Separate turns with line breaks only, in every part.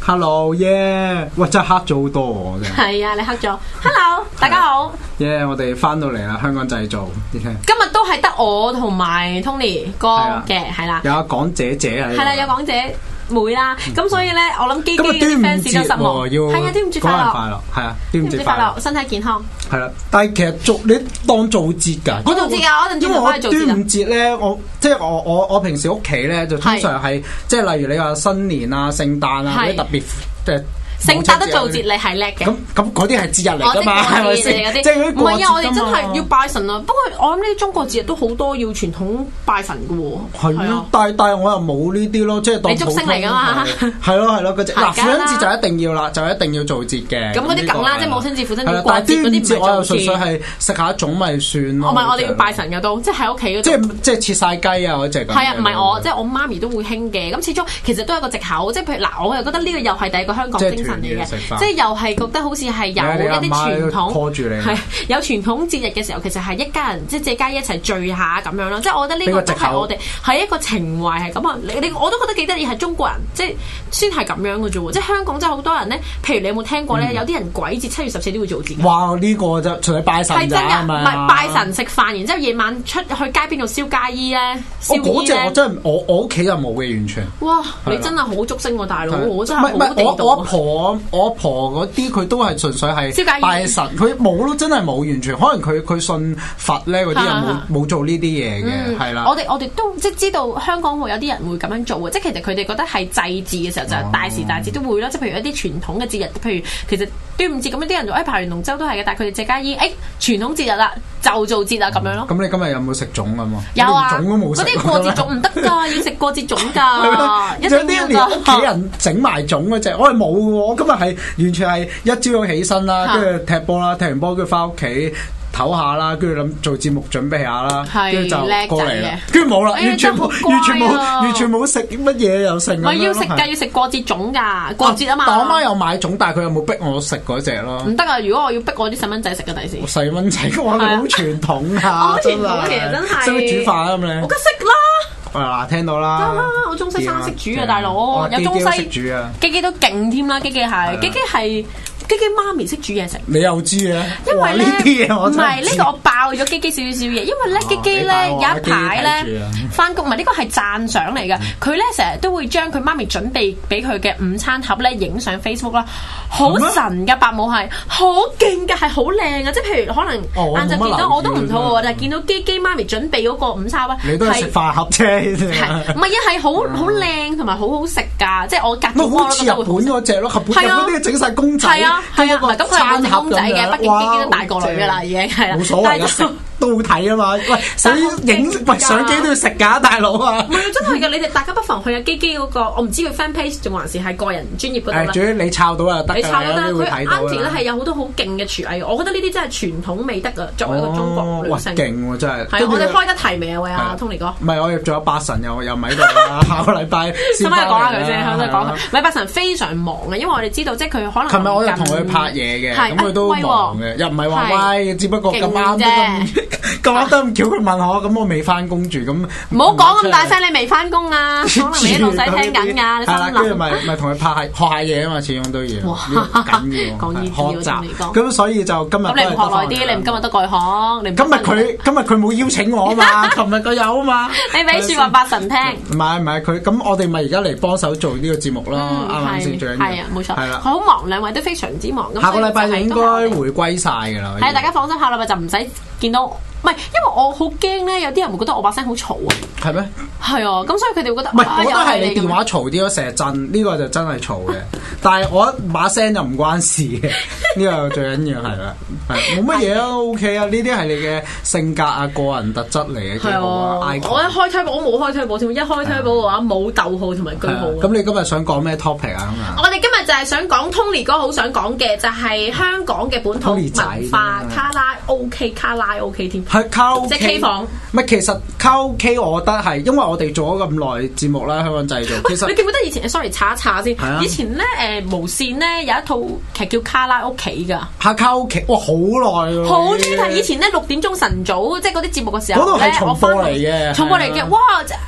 ，Hello，yeah，喂，真係黑咗好多喎，真係
係啊，你黑咗。Hello，大家好。
，yeah，我哋翻到嚟啦，香港製造，你聽，
今日都係得我同埋 Tony 哥嘅，係啦，
有阿港姐姐喺度，
啊係啦，有港姐妹啦。咁所以咧，我諗基基
今日
啲
端午
fans
節
都失望。
喎，要
係啊，端午節快
講人
樂
快！樂，係啊，端午
端午
節
節
快
快
樂
樂，，身體健康。
係啦。但係其實做你當做節㗎，
我做節㗎我
因
陣轉
為
頭
我
返去做節㗎
端午節咧，我即係我我我平時屋企咧就通常係即係例如你話新年啊、聖誕啊嗰啲
係
特別誒，
聖誕都做節，
節
你係叻
咁
嘅。
咁嗰啲係節日嚟
我
㗎嘛，係咪
即係過節
先？
嚟嗰
即係嗰啲
啲，唔
過節
係啊！我哋
㗎
真
嘛
係要拜神啊！不過我諗呢啲中國節日都好多要傳統拜神嘅喎。
係
係
咯
啊，，
但係但係我又冇呢啲咯，即係當
你竹
普通
升嚟㗎嘛
係係咯係咯嗰只嗱
行
父
街
親
啦
節就一定要啦，就一定要做節嘅。
咁嗰啲
呢個
梗啦
係
即係母親節父親節
係啦
過節
但係端午
嗰啲唔係
我又純
做節哦
粹係食下粽咪算咯。
我唔係我哋要拜
咁樣，
神嘅都，即係喺屋企嗰
即
度。
係即係切晒雞啊嗰只。
係啊，唔係我，即係我媽咪都會興嘅。咁始終其實都有個藉口，即係譬如嗱，我又覺得呢個又係第二個香港
即係
精神嚟
團圓
嘅
食飯，
即係又係覺得好似係有
啊你
一啲
阿媽
傳
拖
統，
住你
係有傳統節日嘅時候，其實係一家人即係借家一齊聚下咁樣咯。即係我覺得呢
俾個
個
藉
都
口
係我哋係一個情懷係咁啊！你你我都覺得幾得意係中國人，即係先係咁樣嘅啫喎。即係香港真係好多人咧，譬如你有冇聽過咧？
嗯
有啲人鬼節七月十四都會做節嘅。
哇！呢個就純粹拜神
係真
咋，
㗎，
咪啊
唔係拜神。食飯，然之後夜晚出去街邊度燒街衣咧，
我
燒
哦嗰
衣
只
咧
我。真係我我屋企就冇嘅完全。
哇！
係
你
啦
真係好啊足星喎，大佬，
係
我真
唔係
係
唔
好
係
地
我
道
我阿
啊。
婆我阿婆嗰啲佢都係純粹
燒
係
雞
拜神，佢冇咯，真係冇完全。可能佢佢信佛咧嗰啲
啊
人
啊
冇冇做呢啲嘢嘅，係啦
嗯我。哋我哋都即係知道香港會有啲人會咁樣做嘅，即係其實佢哋覺得係祭祀嘅時候就係大時大節都會啦，即係譬如一啲傳統嘅節日，譬如其實端午節咁樣啲人就哎誒排完龍舟都係嘅，但係佢哋借家衣誒哎傳統節日啦，就做節啦咁樣咯。
咁你今日有冇食粽咁啊？
有啊，
連粽都冇食。
嗰啲過節粽唔得㗎，要食過節 粽㗎，一
有啲
定要
連屋企
㗎。
人整埋粽嗰只，我係冇喎。我今日係完全係一朝早起身啦，
嚇
跟住踢波啦，踢完波跟住翻屋企唞下啦，跟住諗做節目準備下啦，
係
跟住就
叻仔
過嚟啦
嘅，
跟住冇啦，
哎呀
完全冇，
真係好乖啊
完全冇，完全冇食乜嘢又剩咁樣
唔
咯。
係要食㗎，要食過節粽㗎，過節啊嘛。
但我媽有買粽，但係佢又冇逼我食嗰只咯。
唔得啊！如果我要逼我啲細蚊仔食啊嘅第時。
細蚊仔，我哋好傳統啊，
我好傳統
係
嘅真係
識唔識煮飯啊咁你
我梗係識啦。
嗱，聽到啦，
得啦我中西三識煮啊
掂
大佬
我
有中
基
西
基都識煮啊，
璣璣都勁添啦，璣璣係璣璣係璣璣媽咪識煮嘢食。
你又知嘅，
因
哇
為
呢啲
咧，
嘢我
唔
真
係
係
呢個我爆咗璣璣少少少嘢，因為咧
哦
璣璣
你爆
咧有
我
一排
璣璣睇
咧
住啊
翻工，唔係呢個係讚賞嚟嘅。佢咧成日都會將佢媽咪準備俾佢嘅午餐盒咧影上 Facebook 啦，好
咩
神嘅伯母係，好勁嘅係好靚嘅，即係譬如可能
哦我冇乜
晏晝見
留
到
意
我都唔肚
喎
餓，但係見到璣璣媽咪準備嗰個午餐盒
你都係食飯盒啫，呢啲
係，唔係啊，係好好靚同埋好好食㗎，即係我隔咗
咪
鍋
啊好
都
似
覺
日
得
本
會好
嗰
食。
只咯，日本
係
日
啊
本啲整晒公仔，
係啊係啊，
跟住
唔係
個
咁佢係
餐
換
盒
公仔
咁樣
嘅，畢竟
哇
璣璣都大個女㗎啦，
好正
已經係啦。
冇所
但
謂
係
啊， 食都好睇 啊嘛！喂，
但係
手
好
影
勁
喂相機都要食㗎，大佬啊
唔！係真係㗎，你哋大家不妨去下璣璣嗰個，我唔知佢 fan page 仲還是係個人專業嗰
誒，
度
主
啦。
要你抄到啊得㗎，
你抄得啦，
有啲會
佢
睇到啊
Auntie 咧
啦
係。有好多好勁嘅廚藝，我覺得呢啲真係傳統美德啊！作為一個中
哦，
國
哇，
女性，係
勁喎真係！
啊
跟住
我哋開得題未啊？喂
係啊
啊，Tony 哥。
唔係，我入咗八神又又唔喺度啦，下個禮拜
使
先
唔使
翻嚟啊
講
啦
下佢先？使唔使講啊下？禮拜神非常忙嘅，因為我哋知道即係佢可能
琴日我又同佢拍嘢嘅，
係
咁佢都
哎威喎
忙嘅，又唔係話
係
威，只不過咁啱得
勁
咁 咁啱得咁巧，佢問我，咁我未翻工住，咁
唔好講咁大聲，你未翻工啊？可能你啲老細聽緊㗎，你
係啦，
心
跟住
諗。
咪咪同佢拍下學下嘢啊嘛，始終都要
哇
呢個緊要，
講呢啲
學
我同
習
你講
咁，所以就今日
咁你唔學耐啲，你唔今日都過去行，你唔
今日佢今日佢冇邀請我啊 嘛，琴日佢有啊嘛，
你俾説話八神聽。
唔係唔係佢咁，我哋咪而家嚟幫手做呢個節目咯，
嗯，
啱唔啱先？最緊要
係啊，冇錯，
係
佢
啦。
好忙，兩位都非常之忙。咁
下個禮拜就
所以
應
就係今日
該
我
回
哋
歸晒㗎啦。
係啊大家放心，下禮拜就唔使見到。唔係，因為我好驚咧，有啲人會覺得我把聲好嘈啊。
係咩？
係啊，咁所以佢哋會覺得
唔係，我
啊
覺得係
又
你
咁
電話嘈啲咯，成日震呢個就真係嘈嘅。但係我一把聲就唔關事 嘅，呢個最緊要係啦，係冇乜嘢啊，OK 啊，呢啲係你嘅性格啊、個人特質嚟嘅，幾
係
好
啊
啊，
我一
icon。啊
開推簿，我冇開推簿添，一開推簿嘅話冇逗號同埋句
係啊
號。
咁你今日想講咩 topic 啊？咁啊？
我哋今日就係想講 Tony 哥好想講嘅，就係香港嘅本土
Tony 仔
文化
啫
卡拉 OK 卡拉 OK 添。
係卡拉 OK，
即係 K 房
唔係，其實卡拉 OK 我覺得係，因為我哋做咗咁耐節目啦，香港製造。其
喂，你
實
記唔記得以前？sorry，查一查先
係啊。
以前咧，誒無線咧有一套劇叫《卡拉屋企》㗎，
下卡拉 OK，哇，好耐喎。
好中意睇。以前咧六點鐘晨早，即係嗰啲節目嘅時
哦嗰
候
度係
咧，
重
我翻
播嚟嘅
重播嚟
係啊
嘅。哇！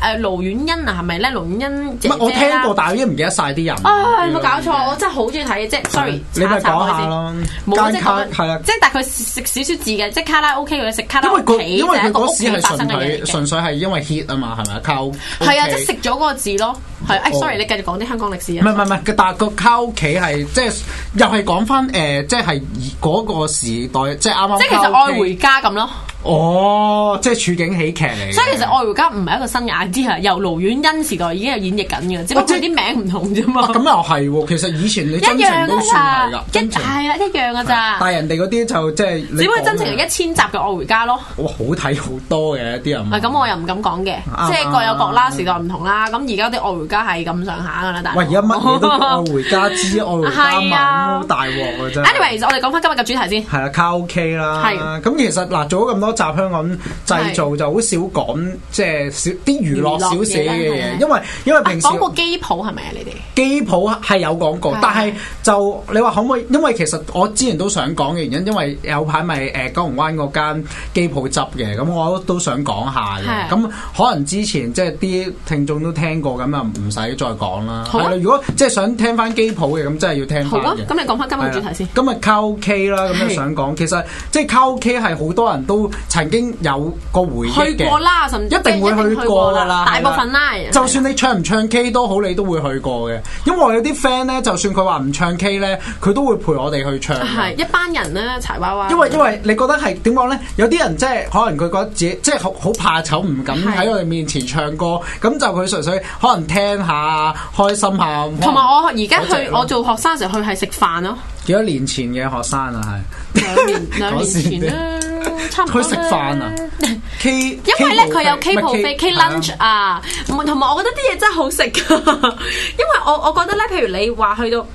誒盧婉欣啊，係咪咧？盧婉欣
唔
姐姐
係我聽
啦
過，但係我已經唔記得晒啲人。嗯
啊，有冇搞錯？我真係好中意睇嘅，即係 sorry，
你咪
查一查
講
開
下
先
咯。
冇啊即
間
係
卡
咁
係啦
樣，即係但係佢食少少字嘅，即係卡拉 OK 佢食卡
因
拉
為佢
OK
因為佢
就係
嗰時
屋企
係
發
純
生嘅嘢
粹
嚟嘅。
純粹係因為 hit 啊嘛，係咪靠
係啊，即係食咗嗰個字咯。係，誒
哦
，sorry，你繼續講啲香港歷史
唔係
啊。
唔係唔係，但係個卡拉 OK 係即係又係講翻誒，即係嗰個時代，即係啱啱。
即係其實愛回家咁咯，
哦，即係處境喜劇嚟嘅。
所以其實愛回家唔係一個新嘅 idea，由盧婉欣時代已經有演繹緊嘅，
哦
只不過佢啲名唔同啫嘛
啊，。咁又係喎，其實以前你
一
真情
樣
都
㗎
算係
咋
㗎，，
一
真情。
係啊，一樣㗎
但
咋。
係人哋嗰啲就即係你
只不過真情
講啊嗯
係
嘅
一千集嘅愛回家咯。
哇好睇好多嘅啲人
啊，
話。
咁我又唔敢講嘅，
啱
即係各有各啦，
啱
時代唔同啦。咁而家啲愛回家係咁上下㗎啦，但
嗯
係
喂而家乜嘢都愛回家知愛回家
啊 係啊
盟，好大鑊啊真係。
Anyways，我哋講翻今日嘅主題先。
係啊啦，卡拉 OK 啦，
係
咁其實嗱，做咗咁多集香港製造就好少講，即係少啲娛樂少少嘅
娛樂嘢
嘢，
啦
因為因為平時
啊講過機譜係咪啊？你哋
機譜係有廣告
係，
但係就你話可唔可以？因為其實我之前都想講嘅原因，因為有排咪誒九龍灣嗰間機鋪執嘅，咁我都想講下嘅。
係
咁可能之前即係啲聽眾都聽過，咁啊唔使再講啦。
好啊
係啦如果即係想聽翻機鋪嘅，咁真係要聽
好
翻
啊，
嘅。
咁你講翻今日嘅主題先。
今日卡拉 OK 啦，咁就
係
想講，其實即係卡拉 OK 係好多人都曾經有個回憶嘅
去過啦，甚至
一定會
一
去過㗎啦，
大
係啦
部分啦。
就算你唱唔唱 K 都好，你都會去過嘅。因為我有啲 friend 咧，就算佢話唔唱 K 咧，佢都會陪我哋去唱嘅。
係一班人咧，柴娃娃。
啊因啊為因為你覺得係點講咧？有啲人即係可能佢覺得自己即係好好怕醜，唔敢喺
係
我哋面前唱歌，咁就佢純粹可能聽下開心下。
同埋我而家
嗰隻
去，
咯
我做學生嘅時候去係食飯咯，
幾多年前嘅學生啊，
兩年兩年前
講
啦，差唔多啦
去食飯啊係 K，
因為咧佢有 K
鋪
鋪飛、K lunch 啊，唔同埋我覺得啲嘢真係好食噶， 因為我我覺得咧，譬如你話去到。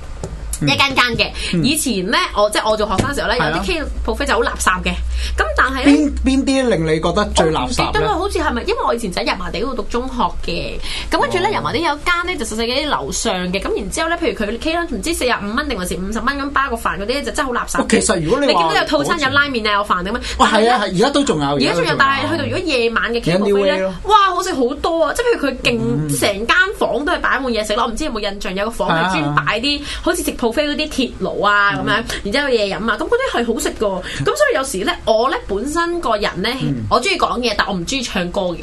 一間間嘅，以前咧，我即係我做學生嘅時候咧，
嗯
有
係啊
啲 K 鋪飛就好垃圾嘅，咁但係咧。
邊邊啲令你覺得最
我唔
垃
記
圾
得
咧
啦，？好似係咪？因為我以前就喺油麻地嗰度讀中學嘅，咁跟住咧
哦
油麻地有間咧就細細嘅啲樓上嘅，咁然之後咧，譬如佢 K 啦，唔知四十五蚊定還是五十蚊咁包個飯嗰啲咧，就真係好垃
哦
圾。
其實如果你
你見
話
到有套餐
嗰
有
陣
拉麵啊，有飯咁樣，
哇，係啊，係而家都仲有，
而家仲有，但係去到如果夜晚嘅 K 鋪飛
有 New Way
咧
咯，
哇，好食好多啊！即係譬如佢勁成間房都係擺滿嘢食咯，我唔知有冇印象有個房
嗯係啊嗯
係專擺啲好似食 buffet 嗰啲鐵爐啊咁樣，然之後有嘢飲啊，咁嗰啲係好食噶。 咁所以有時咧，我咧本身個人咧，
嗯
我中意講嘢，但我唔中意唱歌嘅。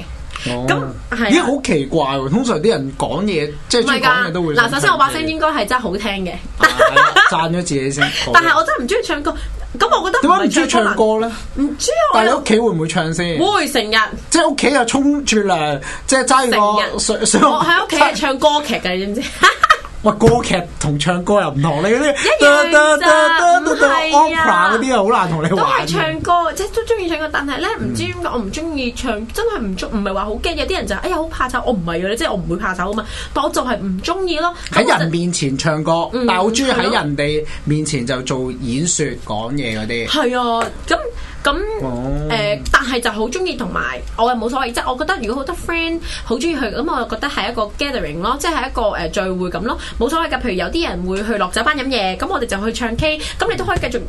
咁
咁係啊
哦咦好奇怪喎！通常啲人講嘢，即係
唔
中
係
意講嘢
㗎，
都會
Oh 嗱，首先我把聲
應，
應該係真係好聽嘅，
啊係啦讚咗自己先。
但係我真係唔中意唱歌。咁我覺得
點解唔中意唱
唔係
歌咧？
難？唔知啊，
但係你屋企會唔會唱先？
我會成日
即係屋企又沖住涼，即係揸住個
成
水
日，
水。
我喺屋企係唱歌劇㗎，你知唔知？
喂，歌劇同唱歌又唔同，你嗰啲
一樣咋
opera
唔係啊
嗰啲又好難同你
都
玩
係
嘅。
唱歌，即係都中意唱歌，但係咧唔知點解我唔中意唱，真係唔中，唔係話好驚。有啲人就哎呀好怕醜，我唔係嘅，即係我唔會怕醜啊嘛，但我就係唔中意咯。咁
喺
我就嗯
人面前唱歌，但係好中意
係
喺
咯
人哋面前就做演說講嘢嗰啲。
係啊，咁咁
哦
誒，呃但係就好中意同埋我又冇所謂，即係我覺得如果好多 friend 好中意去，咁我就覺得係一個 gathering 咯，即係一個誒聚會咁咯，冇所謂㗎。譬如有啲人會去落酒吧飲嘢，咁我哋就去唱 K，咁你都可以繼續。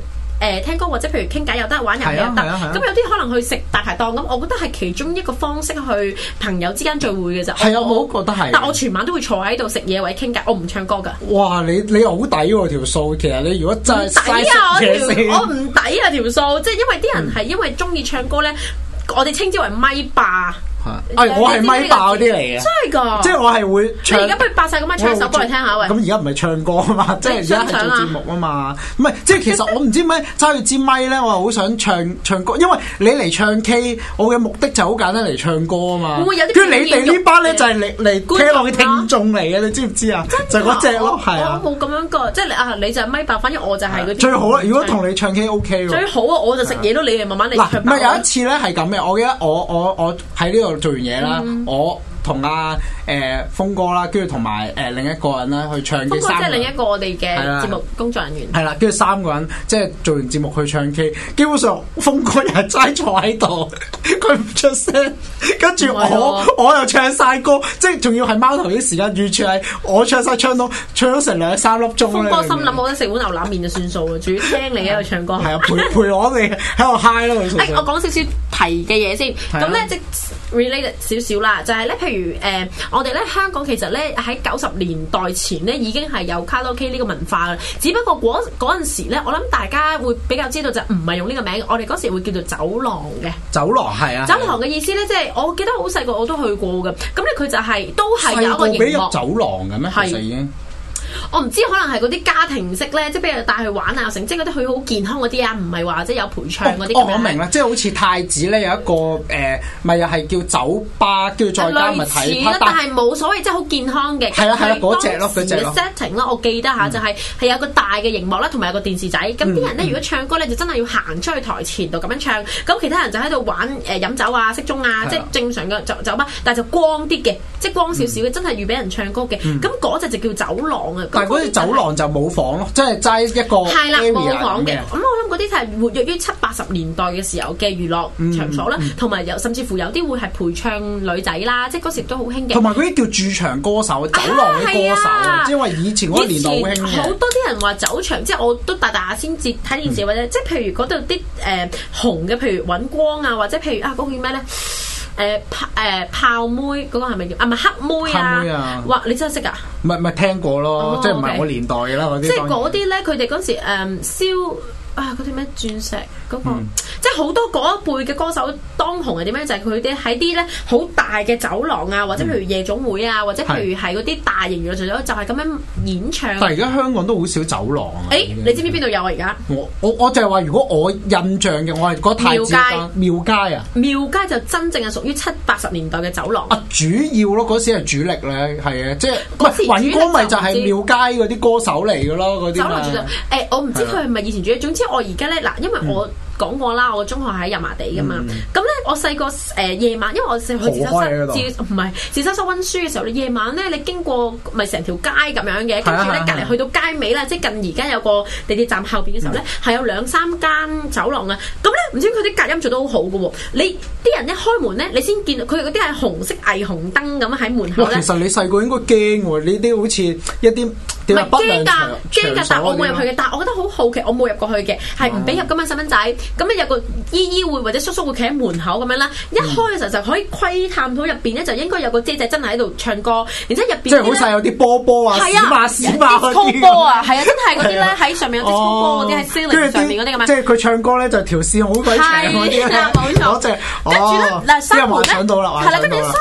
誒、聽歌或者譬如傾偈又得，玩遊戲又
係
得，
啊係啊係啊
咁有啲可能去食大排檔咁，我覺得係其中一個方式去朋友之間聚會嘅咋。
係啊，我都覺得係。
但我全晚都會坐喺度食嘢或者傾偈，我唔唱歌㗎。
哇！你你好抵喎條數，其實你如果真係
抵
嘥
啊！我
食嘢
條我
先，嗯
唔抵啊條數，即係因為啲人係因為中意唱歌咧，我哋稱之為咪霸。
係啊我係咪爆嗰啲嚟嘅，
真係㗎，
即係我係會
哦你
唱
而。家不如八晒咁樣唱一首歌嚟聽下喂。
咁而家唔係唱歌啊嘛，即係而家係做節目啊嘛，唔係即係其實我唔知點解揸住支咪咧，我係好想唱唱歌，因為你嚟唱 K，我嘅目的就好簡單嚟唱歌啊嘛。
會唔會有啲
跟住你哋呢班咧就係嚟嚟
觀眾啊
K 落嘅聽眾嚟嘅，你知唔知啊？就係嗰只咯，係啊，
我冇咁樣過，即係你啊，你就係咪爆，反正我就係嗰啲
最好啊啦！如果同你唱 K OK
最
喎。
好啊，我就食嘢咯，你哋慢慢嚟啊
嗱，
唱
唔
爆
係有一次咧係咁嘅，我記得我我我喺呢度做完嘢啦，
嗯
我同阿誒峰哥啦，跟住同埋誒另一個人啦去唱
不過
嘅
即係
三個
另
人
一。個我哋嘅
係啊啦
節目工作人員。
係啦，跟住三個人即係做完節目去唱 K，基本上峰哥又係齋坐喺度，佢唔出聲，跟住我
唔係喎
我又唱晒歌，即係仲要係貓頭啲時間，完全係我唱晒唱到唱咗成兩三粒鐘
峰
咧。
哥心諗，我得食碗牛腩麵就算數啦，仲要聽你喺度唱歌。
係啊，陪陪我哋喺度 high 咯， 佢純
誒、
粹
哎我講少少提嘅嘢先，
係啊
咁咧即 related 少少啦，就係咧，譬如誒、呃我哋咧香港其實咧喺九十年代前咧已經係有卡拉 OK 呢個文化啦，只不過嗰嗰陣時咧，我諗大家會比較知道就唔係用呢個名，我哋嗰時會叫做走廊嘅。
走廊係啊，
走廊嘅意思咧，即係我記得好細個我都去過嘅，咁咧佢就係、都係啊有
細個
一個
俾
熒
入
幕。
走廊嘅咩？
係
其實已經
我唔知可能係嗰啲家庭式咧，即係俾人帶去玩啊，成即係嗰啲佢好健康嗰啲啊，唔係話即係有陪唱嗰啲
哦
咁，樣。
我明啦，即係好似太子咧有一個誒，咪又係叫酒吧，跟住再加咪
類
睇
似
拍
啦，
打
但係冇所謂，即係好健康嘅。
係啦係啦
佢
嗰隻咯
當時
嗰隻
嘅
咯嗯
setting 啦，我記得嚇就係係有個大嘅熒幕啦，同埋有個電視仔。咁啲人咧，如果唱歌咧，就真係要行出去台前度咁樣唱。咁其他人就喺度玩誒飲酒啊、骰盅啊，
係
即係
啦
正常嘅酒酒吧，但係就光啲嘅，即係光少少嘅，真係預俾人唱歌嘅。咁嗰隻就叫走廊啊。
嗯但係嗰啲走廊就冇房咯，即係齋一個
係啦，冇
area 啊咁
講嘅
嘅。。
咁我諗嗰啲係活躍於七八十年代嘅時候嘅娛樂場所啦，
嗯
同埋有甚至乎有啲會係陪唱女仔啦，即係嗰時都好興嘅
同。埋嗰啲叫駐場歌手、走廊嘅歌手
係
啊
啊，
即係話以前嗰個年代好
以前好
興嘅。
多啲人話走場，即係我都大大下先至睇
嗯
電視，或者即係譬如嗰度啲誒紅嘅，譬如尹光啊，或者譬如啊嗰、個叫咩咧？誒炮誒呃炮妹嗰、個係咪叫啊？唔係黑妹
黑妹啊
啊！哇！你真係識啊！
唔係唔係聽過咯
哦，
即係唔係
OK
我年代嘅啦嗰啲。
即係
當然
嗰啲咧，佢哋嗰時誒燒啊嗰啲咩鑽石嗰、個，
嗯
即係好多嗰一輩嘅歌手當紅係點樣？就係佢哋喺啲咧好大嘅走廊啊，
嗯
或者譬如夜總會啊，或者譬如係嗰啲大型娛樂場所，就係咁樣演唱。
但係而家香港都好少走廊啊。
誒，你知唔知邊度有啊？而家？
我我我就係話，如果我印象嘅，我係嗰太子街廟街啊，
廟街就真正係屬於七八十年代嘅走廊，
啊主要咯，嗰時係主力咧，係啊，即係唔
嗰時主
係
力
尹光咪就
就唔
係
知
廟街嗰啲歌手嚟嘅咯，嗰
走
啲
廊主就
嘛。
誒，我唔知
係啊嗯
佢係咪以前主嘅。總之我而家咧嗱，因為我講過啦，我中學喺油麻地噶嘛，咁咧我細個誒夜晚，因為我細去自修
豪開啊喺嗰
室
度
自唔係自修室温書嘅時候，你夜晚咧你經過咪成條街咁樣嘅，
係
跟
啊
住
係
咧
啊
隔離去到街尾啦，即係近而家有個地鐵站後邊嘅時候咧，
嗯
係有兩三間走廊啊。咁咧唔知佢啲隔音做得好好嘅喎，你啲人一開門咧，你先見到佢嗰啲係紅色霓虹燈咁喺門口
哇，
咧
哦其。實你細個應該驚喎，呢啲好似一啲
唔
點啊
係
不
驚
良
㗎
場，
驚㗎
場，所
但我冇
嗰啲
入
嘛哦
去嘅。但係我覺得好好奇，我冇入過去嘅，係唔俾入噶嘛細蚊仔。咁啊咧有個姨姨會或者叔叔會企喺門口咁樣啦，
嗯
一開嘅時候就可以窺探到入邊咧，就應該有個姐姐真係喺度唱歌，然之後入邊
即係好細
細。
有啲波波啊、屎
係
馬
啊，
屎馬嗰啲咁。
波啊，係啊，真係嗰啲咧
係啊
喺上面有啲
哦
波嗰啲喺 ceiling
跟住
上面嗰啲咁啊
即
樣。
係佢唱歌咧就條線好鬼長嗰啲
係啦，冇錯，
嗰只哦，啲人幻想到啦，嗯幻
跟住咧，嗱，閂門咧，係啦，
想
跟住
到啦。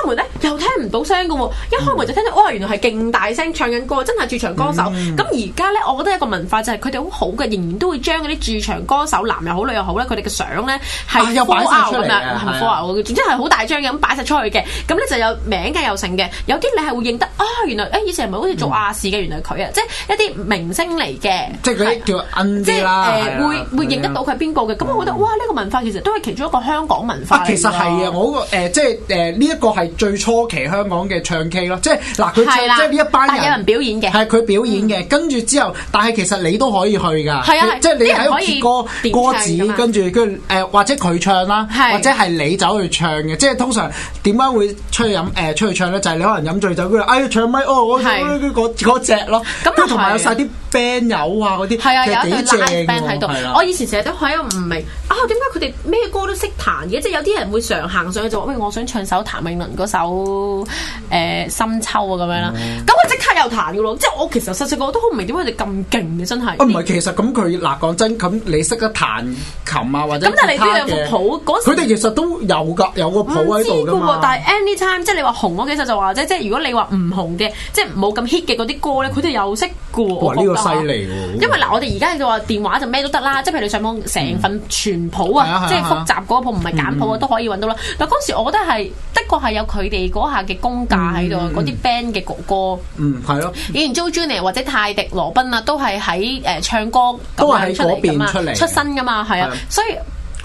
閂門咧又聽唔到聲嘅喎，一開門就聽到，哇，原來係勁大聲唱緊歌，真係駐場歌手。
嗯
咁而家咧，我覺得有一個文化就係佢哋好好嘅，仍然都會將嗰啲駐場歌手，男又好，女又好咧，佢哋嘅相咧係
啊又擺晒出
full
嚟
out 咁
嘅
樣，係咪
係
full
啊
out 嘅？總之係好大張嘅咁擺晒出去嘅。咁咧就有名嘅有成嘅，有啲你係會認得啊，原來誒以前係咪好似做亞視嘅，原來佢啊，即係一啲明星嚟嘅，
即係嗰
係
啲叫恩
即係
啲啦，係啊
誒
啦
會會認得到。佢係邊個嘅。咁我覺得哇，呢個文化其實都係其中一個香港文化
啊
嚟㗎。，
其實係嘅，我嗰個誒即係誒呢一個係最初期香港嘅唱 K 咯，即係嗱佢
係啦
即係呢一班
但係有人表演嘅嗯
係佢表演嘅，跟住之後，但係其實你都可以去㗎，
係啊係
即係你喺度
啲人
揭
可以
歌歌
點唱㗎嘛
詞，跟住跟住誒或者佢唱啦，
係
或者係你走去唱嘅，即係通常點解會出去飲呃誒出去唱咧？就係你可能飲醉酒，跟住哎呀唱咪哦，我
係
嗰嗰只咯，
咁啊
跟住同埋有
係
晒啲 band 友啊嗰啲，
係啊，
其實
有一
幾
對 live
正
band 喺
喎
度
係啦。
我以前成日都喺度唔明啊，點解佢哋咩歌都識彈嘅？即係有啲人會常行
哦
上去就話：喂，我想唱首譚詠麟嗰首誒《深秋》啊咁樣啦。咁我即刻又彈嘅咯。即係我其實細細個都好唔明點解佢哋咁勁嘅，真係。
啊，唔係，其實咁佢嗱講真，咁你識得彈琴啊，或者
咁但係你都有
吉他嘅
副譜嗰時
佢哋其實都有㗎，有個譜
唔
喺
知
度
嘅
㗎嘛
喎，。但係 anytime 即係你話紅嗰幾首就話啫，即係如果你話唔紅嘅，即係冇咁 hit 嘅嗰啲歌咧，佢哋又識嘅喎。
哇
我覺得
呢個犀利喎
因為嗱，我哋而家就話電話就咩都得啦，即係譬如你上網成份全譜
係啊係
啊
啊，嗯
即係
係啊
複雜嗰個譜唔係簡譜啊，都可以揾到啦。但嗰時我覺得係的確係有佢哋嗰下嘅功架喺度，啊嗰啲 band 嘅哥哥，
嗯，係咯。
以前 Joe Junior 或者泰迪羅賓啊，都係喺誒唱歌咁
都係喺
樣出嚟㗎嘛
嗰邊出嚟嘅
出身噶嘛，係啊
係，
所以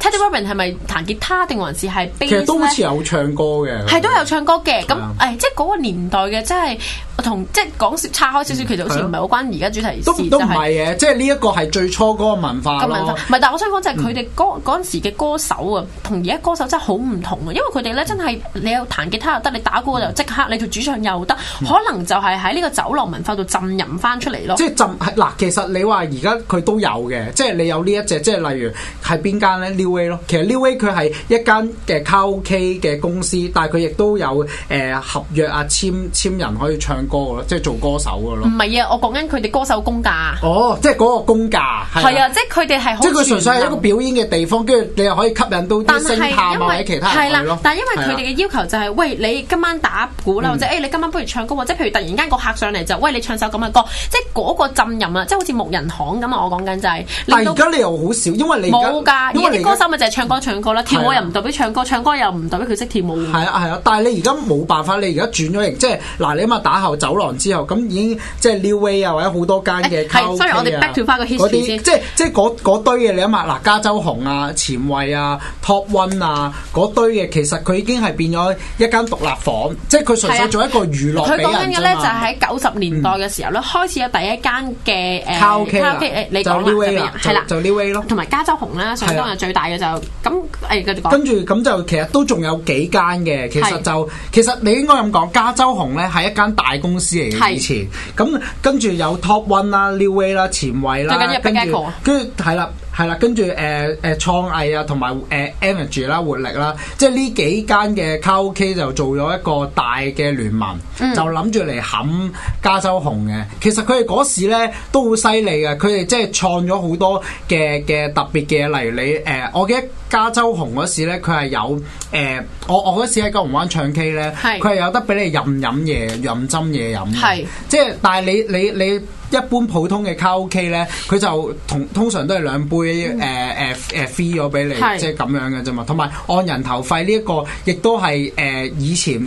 Teddy Robin 係咪彈吉他定還是係 bass
其實都好似
咧
有唱歌嘅，
係都有唱歌嘅，咁哎
係啊
誒即係嗰個年代嘅，即係我同即係講少差開少少，其實好似唔係好關而家主題
嗯都
事，
都
就
唔
係
係嘅，即係呢一個係最初嗰個文化
咁文
咯。
化。唔係，但係我想講就係
嗯
佢哋歌嗰陣時嘅歌手啊，同而家歌手真係好唔同啊，因為佢哋咧真係你有彈吉他又得，你打鼓又
嗯
即刻，你做主唱又得，可能就係喺呢個酒廊文化度浸淫翻出嚟咯。
即係浸係嗱，其實你話而家佢都有嘅，即係你有呢一隻，即係例如係邊間咧？New A 咯，其實 New A 佢係一間嘅卡拉 OK 嘅公司，但係佢亦都有誒、呃合約啊簽簽人可以唱歌嘅咯，即係做歌手嘅咯
唔。係啊，我講緊佢哋歌手功架。
哦，即係嗰個工價
係啊，，即係佢哋係好
即係佢純粹係一
全
個
能
表演嘅地方，跟住你又可以吸引到
但
啲
係
星探啊或者
因
其
為
他人去
係
咯嗯
啦。，但係因為佢
係啊
哋嘅要求就係、喂，你今晚打鼓啦，或者誒、哎你今晚不如唱歌，或者譬如突然間個客上嚟就喂你唱首咁嘅歌，即係嗰個浸淫啊，即係好似牧人行咁啊！我講緊就係、
但
令
係而
到。
家你又好少，因為你
冇㗎，而
因為
家啲
你
歌手咪就係唱歌唱歌啦，跳
係
舞
啊
又唔代表唱歌，唱歌又唔代表佢識跳舞喎。
係啊係啊，但係你而家冇辦法，你而家轉咗型，即係嗱，你諗下打後走廊之後，咁已經即係 New Way 啊，或者好多間嘅
誒係
karaoke 啊
sorry，我哋 back to 翻個 history
嗰啲
先
即係即係嗰嗰堆嘢，你諗下嗱，加州紅啊、前衞啊、Top One 啊嗰堆嘢，其實佢已經係變咗一間獨立房，即係佢純粹
係啊
做一個娛樂
佢
俾
講緊
人
嘅
啫
咧就
嘛
係喺九十年代嘅時候咧，開始有第一間嘅誒
卡拉 OK 啦
OK 誒，你
就
講啦
New
入
Way
邊
啦，
係啦，
就就 New Way 咯
同埋加州紅啦，相當
係啊
係最大嘅就咁誒，繼續講
跟。住咁就其實都仲有幾間嘅，其實
係
就其實你應該咁講，加州紅咧係一間大公司嚟嘅
係
以前，咁跟住有 Top One 啦、New Way 啦、前衞啦
最緊要，
跟
Big
住
Echo 啊
跟住係啦。係啦，跟住誒誒創藝啊，同埋誒 energy 啦、活力啦，即係呢幾間嘅卡拉 OK 就做咗一個大嘅聯盟，
嗯
就諗住嚟冚加州紅嘅。其實佢哋嗰時咧都好犀利嘅，佢哋即係創咗好多嘅嘅特別嘅嘢，例如你誒、呃我記得加州紅嗰時咧，佢係有誒、呃我我嗰時喺九龍灣唱 K 咧，
係
佢係有得俾你任飲嘢、任斟嘢飲嘅。
係
即係但係你你你一般普通嘅卡拉 OK 咧，佢就同通常都係兩杯誒誒誒 free 咗俾你，
係
即係咁樣嘅啫嘛。同埋按人頭費呢一個，亦都係誒、呃以前。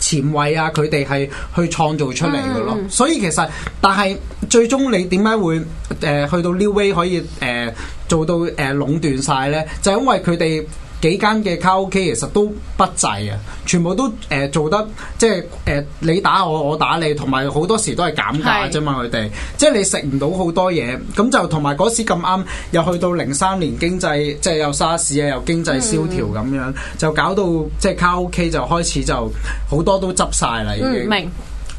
前衞啊，佢哋係去創造出嚟嘅咯，所以其實但係最終你點解會誒、呃去到 New Way 可以誒、呃做到誒、呃、壟斷晒呢？就係因為佢哋幾間嘅卡拉 OK 其實都不濟啊，全部都誒、呃做得即係誒、呃你打我，我打你，同埋好多時都係減價
係
啫嘛，佢哋即係你食唔到好多嘢，咁就同埋嗰時咁啱又去到零三年經濟即係有沙士啊，又經濟蕭條咁樣，就搞到即係卡拉 OK 就開始就好多都執晒啦，已經。
嗯，明。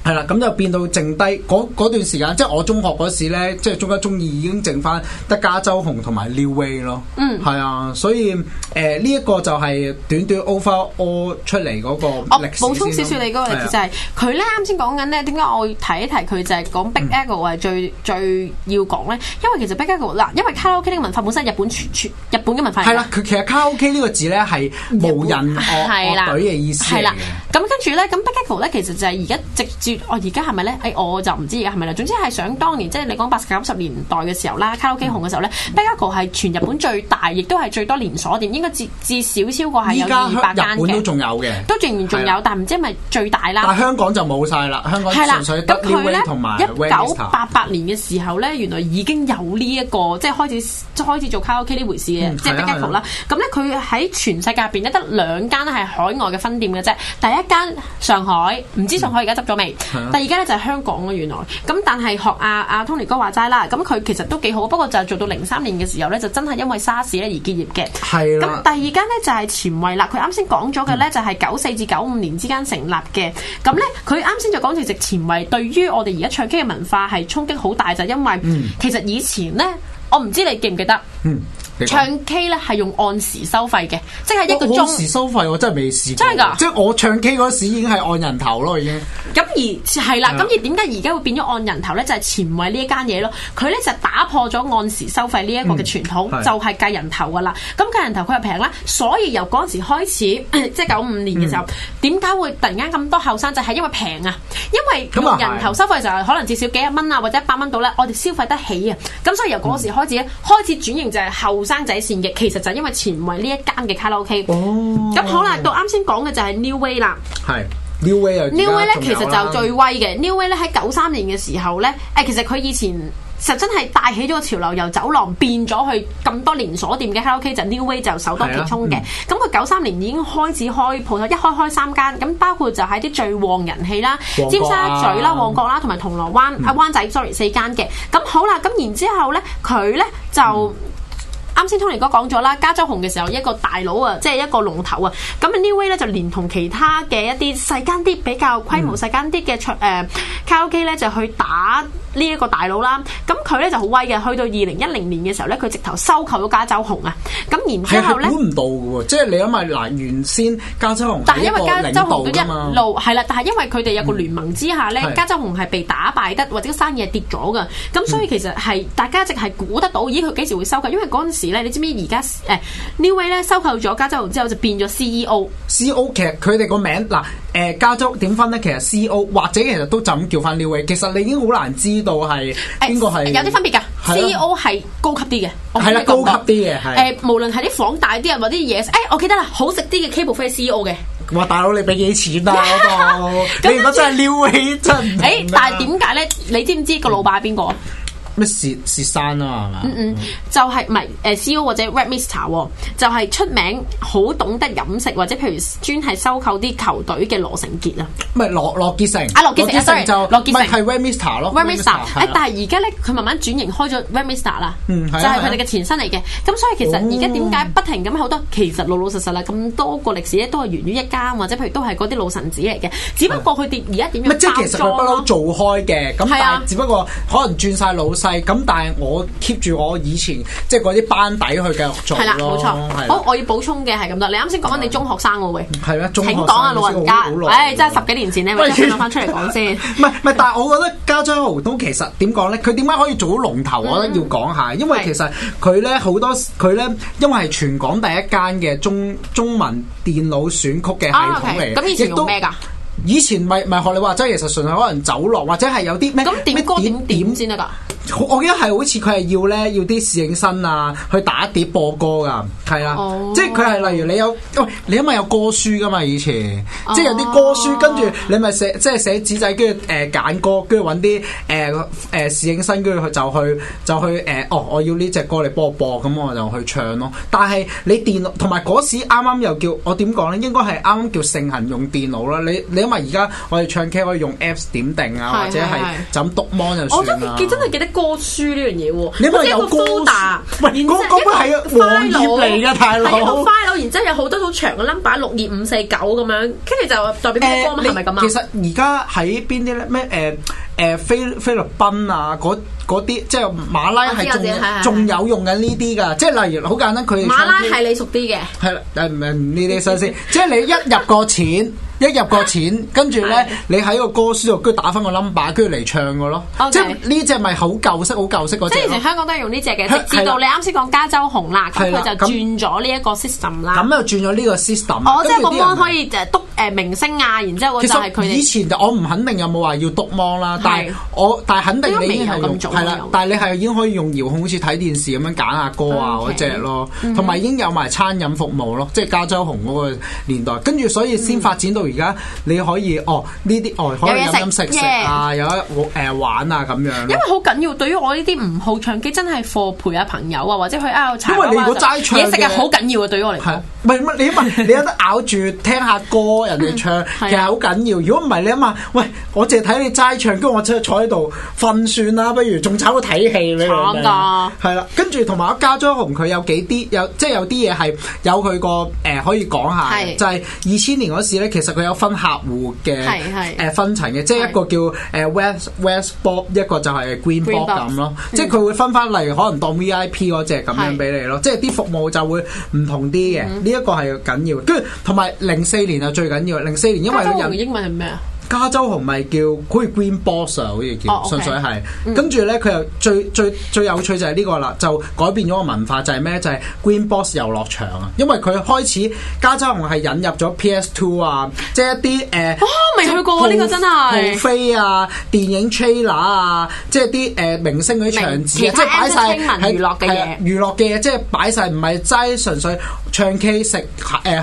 係啦，咁就變到剩低嗰嗰段時間，即係我中學嗰時咧，即係中一中二已經剩翻得加州紅同埋 New Way 咯。嗯，係啊，所以誒呢一個就係短短 over all 出嚟嗰個
我
歷史
哦補充少少你嗰個例子就
係啊
係佢咧啱先講緊咧，點解我要提一提佢就係講
嗯
Big Echo 係最最要講咧？因為其實 Big Echo 嗱，因為卡拉 OK 呢個文化本身係日本傳傳日本嘅文化嚟㗎
係啦，佢其實卡拉 OK 呢個字咧係無人樂
係
樂
啦，
隊嘅意思嚟
係啦
嘅。，
咁跟住咧，咁 Big Echo 咧，其實就係而家直接，我而家係咪咧？誒、我就唔知而家係咪啦。總之係想當年，即係你講八十九十年代嘅時候啦，
嗯
卡拉 OK 紅嘅時候咧，Big Echo 係全日本最大，亦都係最多連鎖店，應該至至少超過係
依
有
家
二百間
香日本都
嘅，
仲有嘅，
都仍然仲
係
有
啦，
但唔知係咪最大啦。
但係香港就冇晒啦，香港
係啦，
純粹得
咁
New
佢
Way
咧
同埋
一
Westminster
九八八年嘅時候咧，原來已經有呢、一個即係開始開始做卡拉 OK 呢回事嘅，
嗯
即係
係
b
啊
i g
係啊
Apple 啦。咁咧佢喺全世界入邊咧得兩間係海外嘅分店嘅啫，第一間上海，唔知上海而家執咗未？
啊
第二間咧就係香港咯，原來。咁但係學阿阿 Tony 哥話齋啦，咁佢其實都幾好，不過就係做到零三年嘅時候咧，就真係因為沙士咧而結業嘅。
係啦嗯
咁第二間咧就係前衞啦，佢啱先講咗嘅咧就係九四至九五年之間成立嘅。咁咧佢啱先就講住直前衞對於我哋而家唱 K 嘅文化係衝擊好大，就係因為其實以前咧，我唔知你記唔記得。
嗯你講
唱 K 咧係用按時收費嘅，即係一個
我按時
鐘。
收費啊我真係未試過，
真係㗎
即係我唱 K 嗰時已經係按人頭咯，已經。
咁而係啦，
嗯
咁而點解而家會變咗按人頭咧？就係、前衞呢一間嘢咯，佢咧就打破咗按時收費呢一個嘅傳統，
嗯係
就係計人頭噶啦。咁計人頭佢又平啦，所以由嗰陣時開始， 即係九五年
嗯
嘅時候，點解、會突然間咁多後生仔係因為平啊？因為
咁啊
用
係
人頭收費就係可能至少幾廿蚊啊，或者一百蚊到啦，我哋消費得起啊。咁所以由嗰時開始
嗯
咧，開始轉型就係後生仔線嘅，其實就係因為前衞呢一間嘅卡拉 OK。
哦
咁好啦，到啱先講嘅就係 New Way 啦。
係 New Way 又
New Way 咧
而家
其實
仲有啦
就最威嘅，New Way 咧喺九三年嘅時候咧，誒其實佢以前就真係帶起咗個潮流，由走廊變咗去咁多連鎖店嘅卡拉 OK 就 New Way 就首當其衝嘅
係啊。
咁佢九三年已經開始開鋪頭，一開開三間，咁包括就喺啲最旺人氣啦、
旺角啊嗯
尖沙咀啦、旺角啦同埋銅鑼灣啊灣仔，sorry 四間嘅。咁好啦，咁然之後咧，佢咧就。啱先 Tony 哥講咗啦，加州紅嘅時候一個大佬啊，即係一個龍頭啊。咁 New Way 咧就連同其他嘅一啲細間啲比較規模細間啲嘅唱誒卡拉 OK 咧，就去打呢一個大佬啦。咁佢咧就好威嘅，去到二零一零年嘅時候咧，佢直頭收購咗加州紅啊。咁然之
係
後咧
係。估唔到嘅喎，即係你諗下嗱，原先加州紅
但係
係
因為加
一個
州
領
紅都
導㗎
一
嘛，
路係啦，但係因為佢哋有個聯盟之下咧，
係
加州紅係被打敗得或者生意係跌咗噶，咁
嗯
所以其實係大家一直係估得到，咦佢幾時會收購？因為嗰陣時咧，你知唔知而家誒 New Way 咧收購咗加州紅之後就變咗 E CEO，
C.O. 其實佢哋個名嗱，誒、加州點分咧？其實 C.O. 或者其實都就咁叫翻 New Way，其實你已經好難知道係
誒
邊個係
有啲分別
係
㗎
啊
，CEO 係高級啲嘅，我
係啦
同你講過
高級啲嘅係
誒呃無論係啲房大啲人或者啲嘢食，誒我記得啦，好食啲嘅 Cable 飛 CEO 嘅。
哇！大佬你俾幾錢啊？嗰度
咁
你如果真係 New Way 真係唔同啊
誒，但係點解咧？你知唔知個老闆係邊個？啊
咩薛薛山啊嘛？係嘛
嗯，就係唔係誒 CEO 或者 Red Mister 喎，就係出名好懂得飲食或者譬如專係收購啲球隊嘅羅成傑啊
唔係羅羅傑成
啊羅傑成啊
就
sorry，羅傑成
唔係係 Red Mister 咯
，Red Mister 誒，
係啊
但係而家咧佢慢慢轉型開咗 Red Mister 啦，
嗯係
就
啊哦
係佢哋嘅前身嚟嘅。咁所以其實而家點解不停咁好多，其實老老實實啦，咁多個歷史咧都係源於一間或者譬如都係嗰啲老臣子嚟嘅，只不過佢哋而家點
唔係即
樣
係
包
其實佢
裝
不嬲
咯？
做開嘅，咁
係
但
啊
係只不過可能轉晒老細，咁但係我 keep 住我以前即係嗰啲班底去繼續做
係啦，冇
咯，
錯。
係啊
好，我要補充嘅係咁多。你啱先講緊你中學生喎，喂，
係咩？中
請
學
講啊，
生
老人家
好，耐
唉，真係十幾年前咧，
喂
咪攞翻出嚟講先。
唔係唔係，但係我覺得加州豪東其實點講咧？佢點解可以做到龍頭？我覺得要講下，因為
嗯係
其實佢咧好多佢咧，因為係全港第一間嘅中中文電腦選曲嘅系
啊
統
，OK，
嚟。
咁以前
亦
用
都
咩㗎？
以前咪咪學你話齋，其實純粹可能走落或者係有啲咩
咁點歌點點先得㗎？
我記得係好似佢係要咧，要啲侍應生啊，去打碟播歌噶，係啦，
哦
即係佢係例如你有，喂，你因為有歌書噶嘛以前，
哦
即係有啲歌書，跟住你咪寫，即係寫紙仔，跟住誒揀歌，跟住揾啲誒誒侍應生，跟住佢就去就去誒、呃哦，我要呢只歌你幫我播，咁我就去唱咯。但係你電腦同埋嗰時啱啱又叫我點講咧，應該係啱啱叫盛行用電腦啦。你你因為而家我哋唱 K 可以用 Apps 點定啊，
係
或者
係
係
係
就咁篤 mon 就
我
算
真
啦。
係真係記得歌書呢樣嘢喎，
你咪
好似一個
有歌
folder，
喂
然之後
嗰嗰本係
一個
黃頁嚟㗎
file，
大佬
係一個 file，然之後有好多好長嘅 number，六二五四九咁樣，跟住就代表咩歌嘛？
你
係咪咁啊？
呃其實而家喺邊啲咧？咩誒誒菲菲律賓啊，嗰嗰啲即係馬拉係
我知我知係係係
仲仲有用緊呢啲㗎，即係例如好簡單，佢哋
馬拉
唱啲
係你熟啲嘅，
係啦，誒唔係呢啲新先，即係你一入個錢， 一入個錢，跟住咧你喺個歌書度，跟住打翻個 number，跟住嚟唱個咯。
OK
即係呢只咪好舊式，好舊式嗰
即係以前
只。
香港都係用呢只嘅，
係
直至到
係
你啱先講加州紅啦，咁
係啦
佢就
咁
轉咗呢一個 system 啦。
咁又轉咗呢個 system，啊
我哦即係個
跟住啲人
mon 可以就篤誒明星啊，然之後
其
就係佢
實以
哋。
前就我唔肯定有冇話要篤芒啦
係，
但係我但係肯定你已經係
應該未有
用
咁早
係啦
有，
但係你係已經可以用遙控好似睇電視咁樣揀下歌啊
OK 嗯
嗰只咯，同埋已經有埋餐飲服務咯，即係加州紅嗰個年代，跟住所以先發展到而家你可以哦呢啲哦可以
嗯有嘢
飲
食
飲食食啊，有得誒玩啊咁樣
因為
咯。
好緊要，對於我呢啲唔好唱機，真係課陪下朋友啊，或者去啊茶
因為你如果齋唱
嘢食係
嘅
好緊要啊，對於我嚟
係
講。，
唔係乜？你因為你有得咬住聽下歌，人哋唱，
係啊
其實好緊要。如果唔係你諗下，喂，我淨係睇你齋唱，跟住我即係坐喺度瞓算啦，不如仲炒到睇戲你明唔
慘啊
明
㗎
係啦，跟住同埋我加咗紅，佢有幾啲有即係有啲嘢係有佢個誒可以講下嘅
係
就係二千年嗰時咧，其實佢有分客戶嘅
係係
誒分層嘅，即係一個叫誒 West West Bob，一個就係 Green
Green
Bob
Bob 嗯
咁咯。即係佢會分翻，例如可能當 VIP 嗰只咁樣
係嗯
俾你咯。即係啲服務就會唔同啲嘅，呢一個係緊要嘅。跟住同埋零四年就最緊要，零四年因為
加州紅
人
嘅英文係咩啊？
加州紅咪叫好似 Green Boss 啊，好似叫，
哦，OK
純粹係。跟住咧，佢又最最最有趣就係呢個啦，就改變咗個文化就係咩？就係、Green Boss 遊樂場啊，因為佢開始加州紅係引入咗 PS Two 啊，即係一啲誒。呃
哦未去過喎呢個真係
鋪飛啊，電影 trailer 啊，即係啲誒明星嗰啲場子
明
啊，即係擺晒
其他 entertainment
喺
娛樂嘅嘢
係啊娛樂嘅嘢即係擺晒唔係齋純粹唱 K 食誒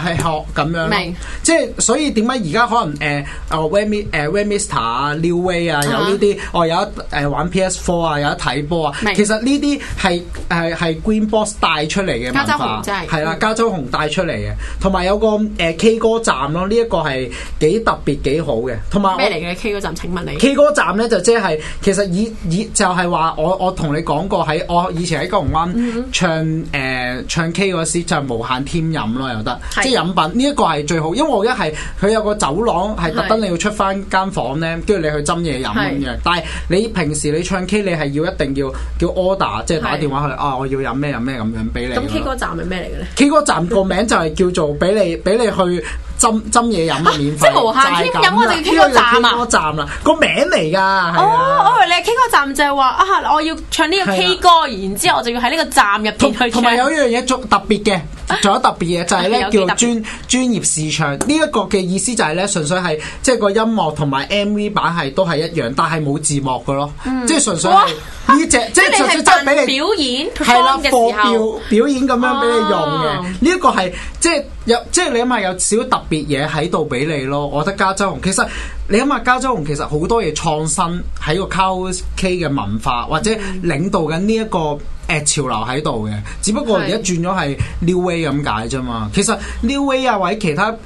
係學咁樣咯
明。
即係所以點解而家可能誒誒 w e m i 誒 w e m i s t e r 啊、New Way 啊，有呢啲，我有一誒玩 PS4 啊，有得睇波啊
明。
其實呢啲係係係 Green Boss 帶出嚟嘅文
加州
化
紅，真係
係啦，加州紅帶出嚟嘅，同埋有個誒 K 歌站咯，呢一個係幾特別幾好嘅，同埋我
咩啊嚟嘅 K 嗰站？請問你
K 歌站咧就即係其實以以就係話我我同你講過喺我以前喺九龍灣唱誒、呃唱 K 嗰時就係無限添飲咯又得，
係
即係飲品呢一個係最好，因為我一係佢有個走廊係特登你要出翻間房咧，跟住你去斟嘢飲咁樣。但係你平時你唱 K 你係要一定要叫 order，即係打
係
電話去啊我要飲咩飲咩咁樣俾你咁
咁 K
咯。
嗰站係咩嚟嘅咧？
K 歌站個名就係叫做俾你俾你去斟斟嘢飲啊，免費
即係無限添飲我哋叫 K 歌站啊
呢個叫 K 歌站啦，個名嚟㗎，係啊。
哦，我以為你係 K 嗰站就係話啊，我要唱呢個
係啊
K 歌，然之後我就要喺呢個站入
同
邊去
同埋有
唱。啊
一樣嘢仲特別嘅，仲有特別嘢就係咧
有
叫
幾特別
做專專業市場呢一個嘅意思就係咧，純粹係即係個音樂同埋 MV 版係都係一樣，但係冇字幕嘅咯，即係純粹係
嗯哇
呢只即
即
係
係
純粹即係
你係扮
俾你
表演
係啦，
perform 嘅
貨
時
表
候，
表演咁樣俾你用嘅，
哦
呢一、個係即係有即係你諗下有少少特別嘢喺度俾你咯。我覺得加州紅其實你諗下加州紅其實好多嘢創新喺個 K 嘅文化或者
嗯
領導緊呢一個誒、呃潮流喺度嘅，只不過而家
係
轉咗係 New Way 咁解啫嘛。其實 New Way 啊或者其他誒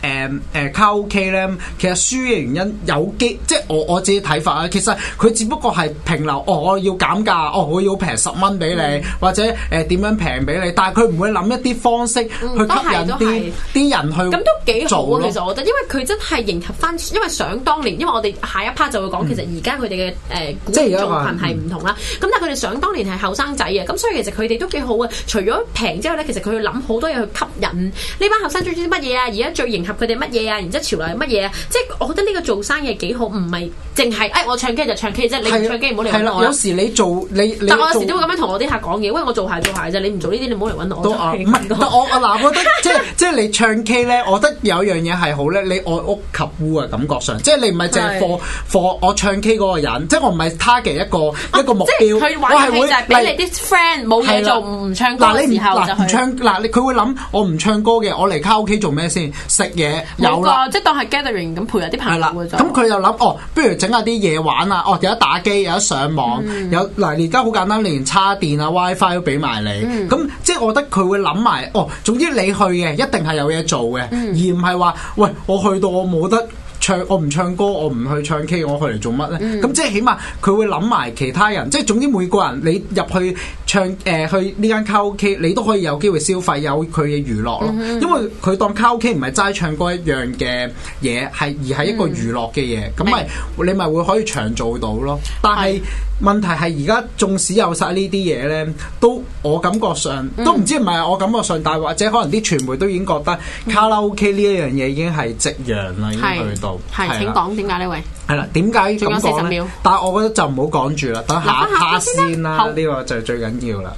誒卡拉 OK 咧，其實輸嘅原因有機，即係我我自己睇法啊。其實佢只不過係平流，哦，我要減價，哦，我要平十蚊俾你，
嗯
或者誒點、樣平俾你，但係佢唔會諗一啲方式去吸引
嗯都係都
啲
係
啲人去
咁都幾好
做
啊！
咯
其實我覺得，因為佢真係迎合翻，因為想當年，因為我哋下一 part 就會講，其實而家佢哋嘅誒
即係而
觀
家
眾
話
群係唔同啦。咁但係佢哋想當年係後生仔啊，咁所以其實佢哋都幾好啊。除咗平之後咧，其實佢要諗好多嘢去吸引呢班後生最中意乜嘢啊，而家最迎合佢哋乜嘢啊，然之後潮流係乜嘢啊。即係我覺得呢個做生意係幾好，唔係淨係誒我唱 K 就唱 K 啫，你唔
係啊
唱 K 唔好嚟
係
揾我
啦，有
啦。
時你做你你
但我有
做
時都會咁樣同我啲客講嘢，喂，我做鞋做鞋啫，你唔做呢啲，你唔好嚟揾我。
都啊，
我
唔
做
係
鞋，
但我我嗱，我 覺得即係即係你唱 K 咧，我覺得有樣嘢係好咧，你愛屋及烏啊，感覺上，即係你唔係淨係
係
for for 我唱 K 嗰個人，即係我唔係 target 一個一個目
啊即
標，
係佢玩
我係
遊戲
會
就係俾
例
你啲 friend 冇嘢
係啦
做唔唱歌
嗱
嘅
你唔
時候
嗱唔
就去。
唱嗱你佢會諗我唔唱歌嘅，我嚟卡拉 OK 做咩先？食嘢有
冇
啦
㗎，。即係當係 gathering 咁陪下啲
係
朋友
啦，
嘅啫。
咁佢又諗哦，不如整下啲嘢玩啊！哦，有得打機，有得上網，
嗯
有嗱，而家好簡單，連叉電啊、WiFi 都俾埋
嗯
你。咁、即係我覺得佢會諗埋哦，總之你去嘅一定係有嘢做嘅，
嗯
而唔係話喂我去到我冇得。唱我唔唱歌，我唔去唱 K，我去嚟做乜呢？咁、即係起碼佢會諗埋其他人，即係總之每個人你入去唱誒、呃去呢間卡拉 OK，你都可以有機會消費有佢嘅娛樂咯。因為佢當卡拉 OK 唔係齋唱歌一樣嘅嘢，係而係一個娛樂嘅嘢，咁咪、你咪會可以長做到咯。但係問題係而家縱使有晒呢啲嘢呢，都我感覺上都唔知係咪我感覺上，但係或者可能啲傳媒都已經覺得卡拉 OK 呢一樣嘢已經係夕陽啦，已經去到
係
啦
係請講點解呢？喂，
係啦，點解
仲有
咁
40
講咧
秒？
但係我覺得就唔好講住啦，等下
留翻下
part
先啦
先啦，
好
呢個就最緊要啦。